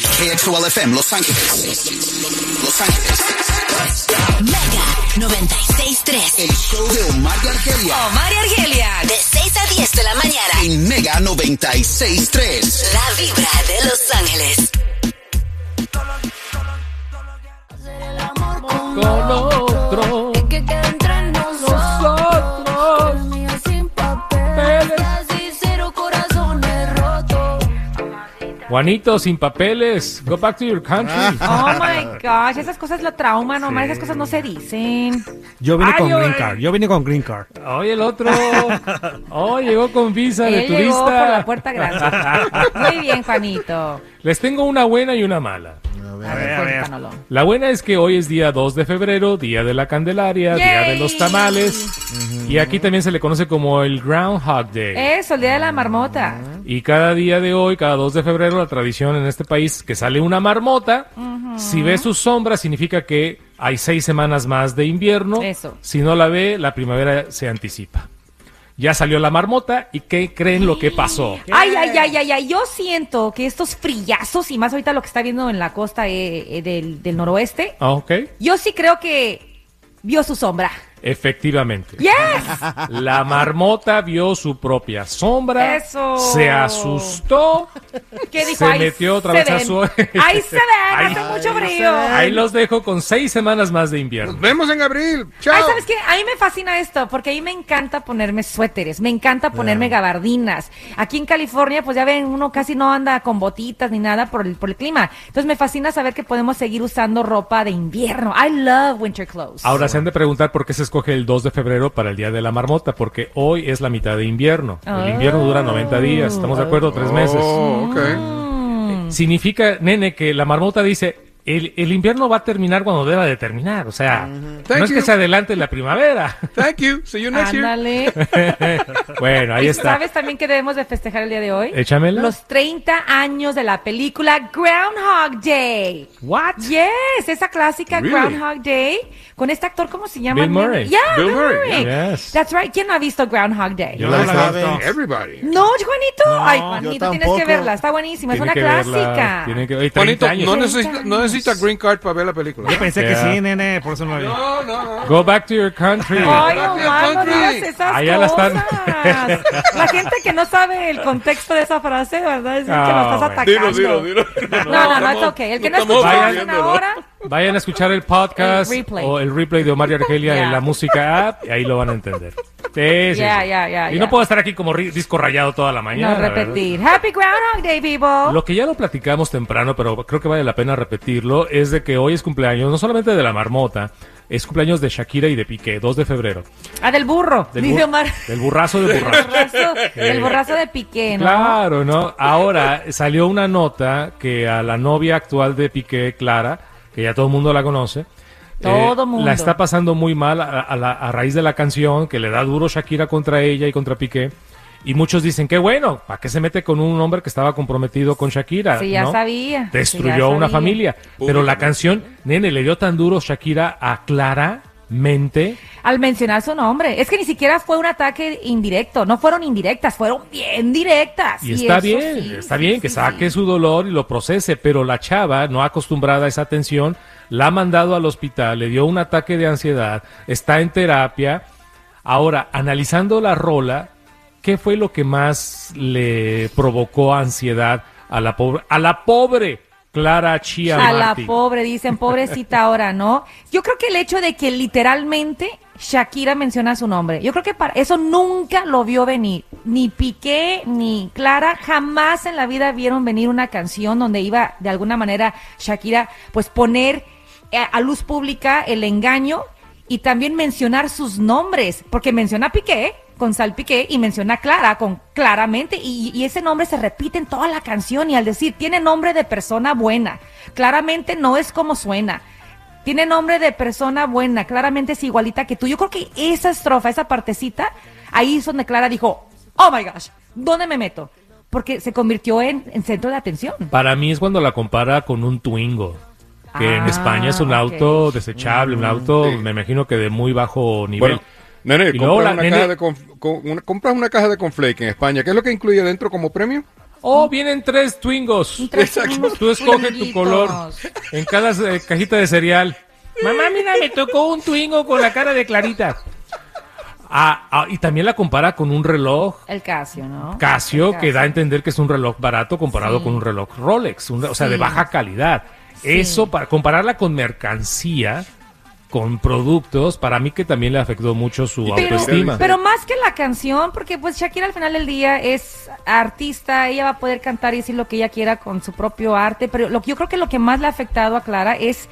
KXULFM Los Ángeles. Los Ángeles. Mega 96.3. El show de Omar y Argelia Omar y Argelia. De 6 a 10 de la mañana. en Mega 96.3. La vibra de Los Ángeles. Con otro, Y que quede entre nosotros. nosotros. Mía sin papel. Casi cero corazones rotos. Juanito, sin papeles, go back to your country. Oh my gosh, esas cosas lo trauman, Omar, esas cosas no se dicen. Yo vine Ay, con yo- Green Card. Yo vine con Green Card. Hoy el otro. Hoy llegó con visa de Él llegó por la turista. puerta grande. Muy bien, Juanito. Les tengo una buena y una mala. A ver, cuéntanoslo. La buena es que hoy es día 2 de febrero, día de la Candelaria, día de Yay. los tamales. Y aquí también se le conoce como el Groundhog Day. Eso, el día de la marmota. Y cada día de hoy, cada 2 de febrero, la tradición en este país que sale una marmota. Si ve su sombra, significa que hay seis semanas más de invierno. Eso. Si no la ve, la primavera se anticipa. Ya salió la marmota y ¿qué creen lo que pasó? Ay, ay, ay, ay, ay. Yo siento que estos frillazos, y más ahorita lo que está viendo en la costa eh, eh, del, del noroeste, Ah, ok, yo sí creo que vio su sombra. efectivamente. ¡Yes! La marmota vio su propia sombra. Eso. Se asustó. ¿Qué dijo? Se Ahí metió otra se vez a ven. su- Ahí se ven, Ahí- hace mucho frío. Ahí los dejo con seis semanas más de invierno. Vemos en abril. Ay, Chao. ¿sabes qué? A mí me fascina esto, porque a mí me encanta ponerme suéteres, me encanta ponerme gabardinas. Aquí en California, pues ya ven, uno casi no anda con botitas ni nada por el, por el clima. Entonces me fascina saber que podemos seguir usando ropa de invierno. I love winter clothes. Ahora se han de preguntar por qué se escoge el 2 de febrero para el Día de la Marmota, porque hoy es la mitad de invierno. El invierno dura 90 días, estamos de acuerdo, tres meses. Oh, ok. Significa, nene, que la marmota dice, el, el invierno va a terminar cuando deba de terminar, o sea, Thank no es que you. se adelante la primavera. Thank you. See you next year. Ándale. bueno, ahí ¿Y está. sabes también que debemos de festejar el día de hoy? Échamela. Los 30 años de la película Groundhog Day. What? Yes, esa clásica Really? Groundhog Day con este actor, ¿cómo se llama? Bill Murray. Yeah, Bill Bill, Murray, Murray. yeah. Yes. That's right. ¿Quién no ha visto Groundhog Day? Yo la la vi. Everybody. No, Juanito. Ay, yo Juanito, tampoco. tienes que verla. Está buenísima. Tiene es una que verla, clásica. tiene que- oye, 30 Juanito, años. no necesita, no necesita green card para ver la película. Yo pensé que Ya. sí, nene, por eso no la vi. No, no. Go back to your country. Ay, Rápido, Omar, no country. digas esas Allá la cosas. están- La, gente que no sabe el contexto de esa frase, ¿verdad? Es que Ah, lo estás bueno. atacando. Dilo, dilo, dilo. No, no, no, es ok. El que no escuchó hace vayan- una hora... Vayan a escuchar el podcast El replay. o el replay de Omar y Argelia Ya. en la música app y ahí lo van a entender. Sí, sí, Ya, sí. ya, ya, y ya. no puedo estar aquí como ri- disco rayado toda la mañana. No repetir. Happy Groundhog Day, people. ¿verdad? Lo que ya lo platicamos temprano, pero creo que vale la pena repetirlo, es de que hoy es cumpleaños, no solamente de la marmota, es cumpleaños de Shakira y de Piqué, 2 de febrero. Ah, del burro. Del, dice bur- Omar. del burrazo de El burrazo. borrazo, el borrazo de Piqué, ¿no? Claro, ¿no? Ahora salió una nota que a la novia actual de Piqué, Clara, que ya todo el mundo la conoce, eh, Todo mundo. la está pasando muy mal a, a la- a raíz de la canción que le da duro Shakira contra ella y contra Piqué. Y muchos dicen, qué bueno, ¿para qué se mete con un hombre que estaba comprometido con Shakira? Sí, ya ¿no? sabía, sí, Destruyó ya una sabía. familia. Pero la canción, nene, le dio tan duro Shakira a Clara mente. Al mencionar su nombre. Es que ni siquiera fue un ataque indirecto. No fueron indirectas, fueron bien directas. Y, está eso bien, sí, está sí, bien sí, que sí. saque su dolor y lo procese, pero la chava, no acostumbrada a esa atención, la ha mandado al hospital, le dio un ataque de ansiedad, está en terapia. Ahora, analizando la rola, ¿qué fue lo que más le provocó ansiedad a la pobre, a la pobre Clara Chia A la Martin? pobre, dicen, pobrecita ahora, ¿no? Yo creo que el hecho de que literalmente Shakira menciona su nombre, yo creo que para eso nunca lo vio venir. Ni Piqué ni Clara jamás en la vida vieron venir una canción donde iba de alguna manera Shakira, pues poner eh, a luz pública el engaño y también mencionar sus nombres, porque menciona a Piqué con Sal Piqué y menciona a Clara con claramente y, y ese nombre se repite en toda la canción y al decir tiene nombre de persona buena, claramente no es como suena. Tiene nombre de persona buena, claramente es igualita que tú. Yo creo que esa estrofa, esa partecita, ahí es donde Clara dijo, oh my gosh, ¿dónde me meto? Porque se convirtió en, en centro de atención. Para mí es cuando la compara con un Twingo, que en Ah, España es un ok. auto desechable, un auto, Mm, sí. me imagino que de muy bajo nivel. Bueno, nene, Y luego compras la- una, nene- caja de conf- con- una- compras una caja de conflake en España. ¿Qué es lo que incluye dentro como premio? Oh, vienen tres Twingos. Tres Exacto. unos Tú escoge tu pinguitos. color en cada eh, cajita de cereal. Mamá, mira, me tocó un Twingo con la cara de Clarita. Ah, ah, y también la compara con un reloj El Casio, ¿no? Casio, El que da a entender que es un reloj barato comparado Sí. con un reloj Rolex, un- o sea, de Sí. baja calidad. Eso, para compararla con mercancía, con productos, para mí que también le afectó mucho su Pero, autoestima. pero más que la canción, porque pues Shakira al final del día es artista, ella va a poder cantar y decir lo que ella quiera con su propio arte, pero lo que yo creo que lo que más le ha afectado a Clara es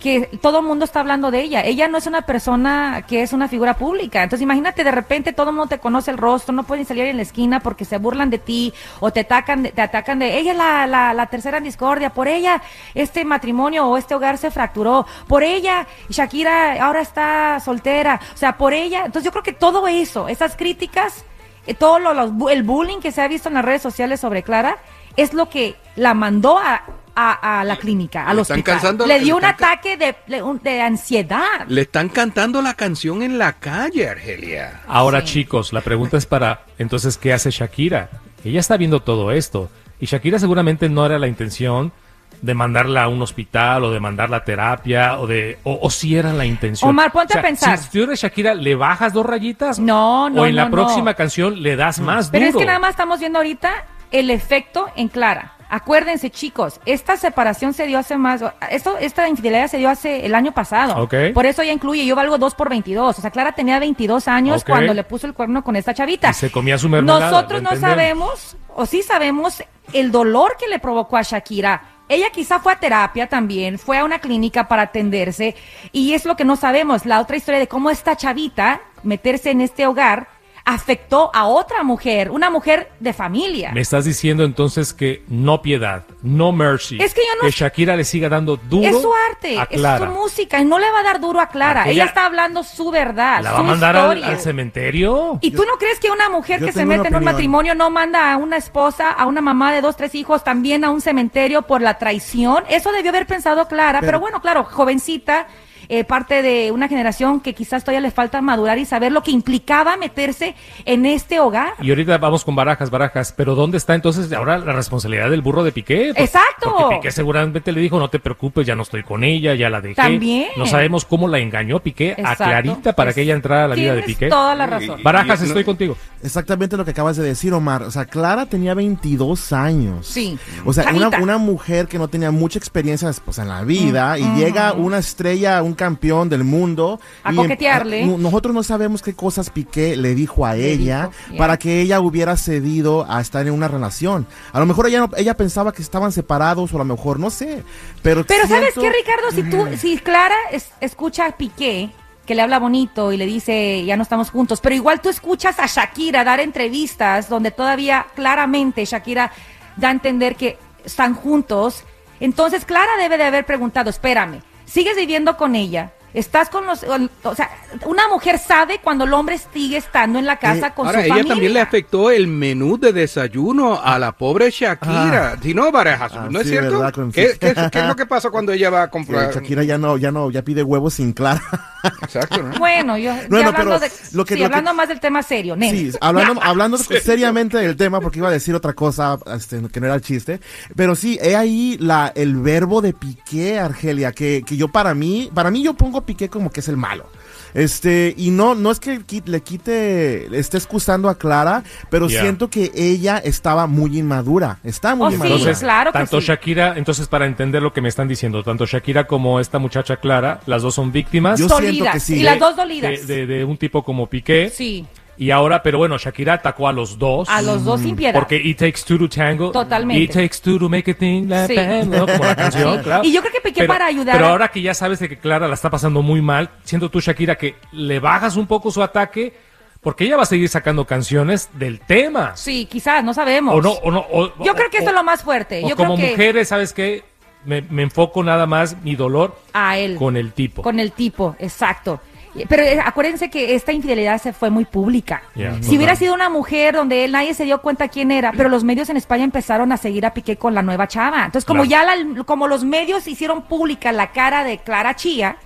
que todo el mundo está hablando de ella. Ella no es una persona que es una figura pública. Entonces imagínate, de repente todo el mundo te conoce el rostro, no pueden salir en la esquina porque se burlan de ti o te atacan, de- te atacan de ella es la, la, la tercera en discordia, por ella este matrimonio o este hogar se fracturó, por ella Shakira ahora está soltera, o sea, por ella. Entonces yo creo que todo eso, esas críticas, eh, todo lo, los bu- el bullying que se ha visto en las redes sociales sobre Clara, es lo que la mandó a, a, a la clínica, al Le están hospital. cansando- le le dio un están ca- ataque de, de un- de ansiedad. Le están cantando la canción en la calle, Argelia. Ahora, chicos, la pregunta es para, entonces, ¿qué hace Shakira? Ella está viendo todo esto. Y Shakira seguramente no era la intención de mandarla a un hospital o de mandarla a terapia o de o, si era la intención. Omar, ponte O sea, a pensar. Si, si tú eres Shakira, ¿le bajas dos rayitas? No, no, O en la no, no. próxima canción le das más Pero es duro. que nada más estamos viendo ahorita el efecto en Clara. Acuérdense, chicos, esta separación se dio hace más, esto, esta infidelidad se dio hace el año pasado. Ok. Por eso ya incluye, yo valgo 2 por 22. O sea, Clara tenía 22 años Ok. cuando le puso el cuerno con esta chavita. Y se comía su mermelada, Nosotros lo no entendemos. sabemos, o sí sabemos, el dolor que le provocó a Shakira. Ella quizá fue a terapia también, fue a una clínica para atenderse, y es lo que no sabemos. La otra historia de cómo esta chavita meterse en este hogar afectó a otra mujer, una mujer de familia. Me estás diciendo entonces que no piedad, no mercy. Es que yo no- Shakira le siga dando duro. Es su arte, a es Clara. su música, y no le va a dar duro a Clara. Aquella- Ella está hablando su verdad, ¿La su va a mandar al, historia. al cementerio? ¿Y tú no crees que una mujer yo que se tengo una mete en un opinión. matrimonio no manda a una esposa, a una mamá de dos, tres hijos, también a un cementerio por la traición? Eso debió haber pensado Clara, pero, Pero- bueno, claro, jovencita, eh, parte de una generación que quizás todavía le falta madurar y saber lo que implicaba meterse en este hogar. Y ahorita vamos con barajas, barajas. Pero ¿dónde está entonces ahora la responsabilidad del burro de Piqué? Por- Exacto. Porque Piqué seguramente le dijo, no te preocupes, ya no estoy con ella, ya la dejé. También. No sabemos cómo la engañó Piqué Exacto. Pues, a Clarita para que ella entrara a la vida de Tienes Piqué. toda la razón. Barajas, Y- y- estoy contigo. Exactamente lo que acabas de decir, Omar. O sea, Clara tenía 22 años. Sí. O sea, una, Chavita. una mujer que no tenía mucha experiencia pues, en la vida y llega una estrella, un campeón del mundo. A y- coquetearle. a- no- nosotros no sabemos qué cosas Piqué le dijo a Le ella dijo, ya. para que ella hubiera cedido a estar en una relación. A lo mejor ella, no- ella pensaba que estaban separados o a lo mejor, no sé. Pero, Pero ¿sabes siento- qué, Ricardo? Si tú, si Clara es- escucha a Piqué, que le habla bonito y le dice, ya no estamos juntos, pero igual tú escuchas a Shakira dar entrevistas donde todavía claramente Shakira da a entender que están juntos, entonces Clara debe de haber preguntado, espérame, ¿sigues viviendo con ella? Estás con los... O sea, una mujer sabe cuando el hombre sigue estando en la casa Eh, con Ahora, su ella familia. también le afectó el menú de desayuno a la pobre Shakira. Si no, barajas, Ah, ¿no es sí, cierto? verdad, con- ¿Qué, qué, qué es lo que pasa cuando ella va a Eh, comprar? Shakira ya no, ya no, ya pide huevos sin Clara. Exacto, ¿no? Bueno, yo ya Bueno, hablando, pero de- lo que- sí, lo que- hablando más del tema serio, nene. Sí, hablando, hablando seriamente del tema, porque iba a decir otra cosa este, que no era el chiste. Pero sí, he ahí la, el verbo de Piqué, Argelia, que, que yo para mí, para mí yo pongo a Piqué como que es el malo. Este, y no, no es que qui- le quite, le esté excusando a Clara, pero Ya. siento que ella estaba muy inmadura. Está muy Oh, sí, inmadura. Entonces, claro que tanto sí. Shakira, entonces para entender lo que me están diciendo, tanto Shakira como esta muchacha Clara, las dos son víctimas Yo Dolidas, siento que sí. Y las dos de, dolidas. de- de un tipo como Piqué. Sí. Y ahora, pero bueno, Shakira atacó a los dos. A los dos sin piedad. Porque It Takes Two to Tango. Totalmente. It Takes Two to Make a Thing. like Sí. that, ¿no? Como la canción, Sí. claro. Y yo creo que Piqué Pero- para ayudar Pero a- ahora que ya sabes de que Clara la está pasando muy mal, siendo tú, Shakira, que le bajas un poco su ataque, porque ella va a seguir sacando canciones del tema. Sí, quizás, no sabemos. O no, o no. o- Yo creo que o- eso es lo más fuerte. o Yo como creo que mujeres, ¿sabes qué? Me, me enfoco nada más mi dolor a él. con el tipo. Con el tipo, exacto. Pero eh, acuérdense que esta infidelidad se fue muy pública. Ya, si hubiera total. sido una mujer donde él nadie se dio cuenta quién era, pero los medios en España empezaron a seguir a Piqué con la nueva chava. Entonces, como Claro. ya la- como los medios hicieron pública la cara de Clara Chía,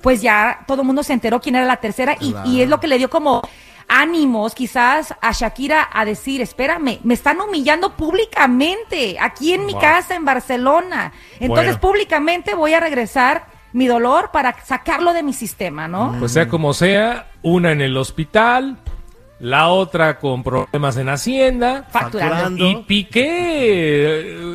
pues ya todo el mundo se enteró quién era la tercera y, y es lo que le dio como ánimos quizás a Shakira a decir, espérame, me están humillando públicamente aquí en mi Wow. casa en Barcelona. Entonces Bueno. públicamente voy a regresar mi dolor para sacarlo de mi sistema, ¿no? Pues sea como sea, una en el hospital, la otra con problemas en Hacienda. Facturando. Y Piqué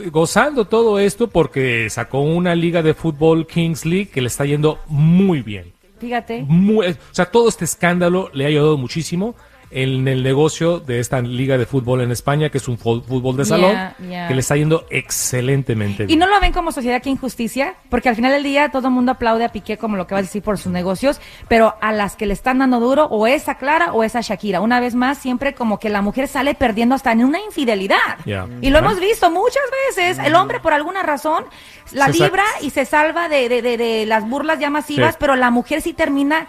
eh, gozando todo esto porque sacó una liga de fútbol Kings League que le está yendo muy bien. Fíjate. Muy- o sea, todo este escándalo le ha ayudado muchísimo en el negocio de esta liga de fútbol en España, que es un fo- fútbol de Ya, salón, ya. que le está yendo excelentemente Y bien. no lo ven como sociedad que injusticia, porque al final del día todo el mundo aplaude a Piqué como lo que va a decir por sus negocios, pero a las que le están dando duro o es a Clara o es a Shakira. Una vez más, siempre como que la mujer sale perdiendo hasta en una infidelidad. Ya. Y lo hemos visto muchas veces. El hombre por alguna razón la Se sa- libra y se salva de, de- de- de las burlas ya masivas, Sí. pero la mujer sí termina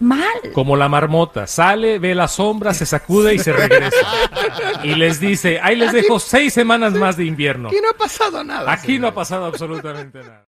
mal. Como la marmota, sale, ve la sombra, se sacude y se regresa. Y les dice, ahí les dejo seis semanas más de invierno. Aquí no ha pasado nada. Aquí no ha pasado absolutamente nada.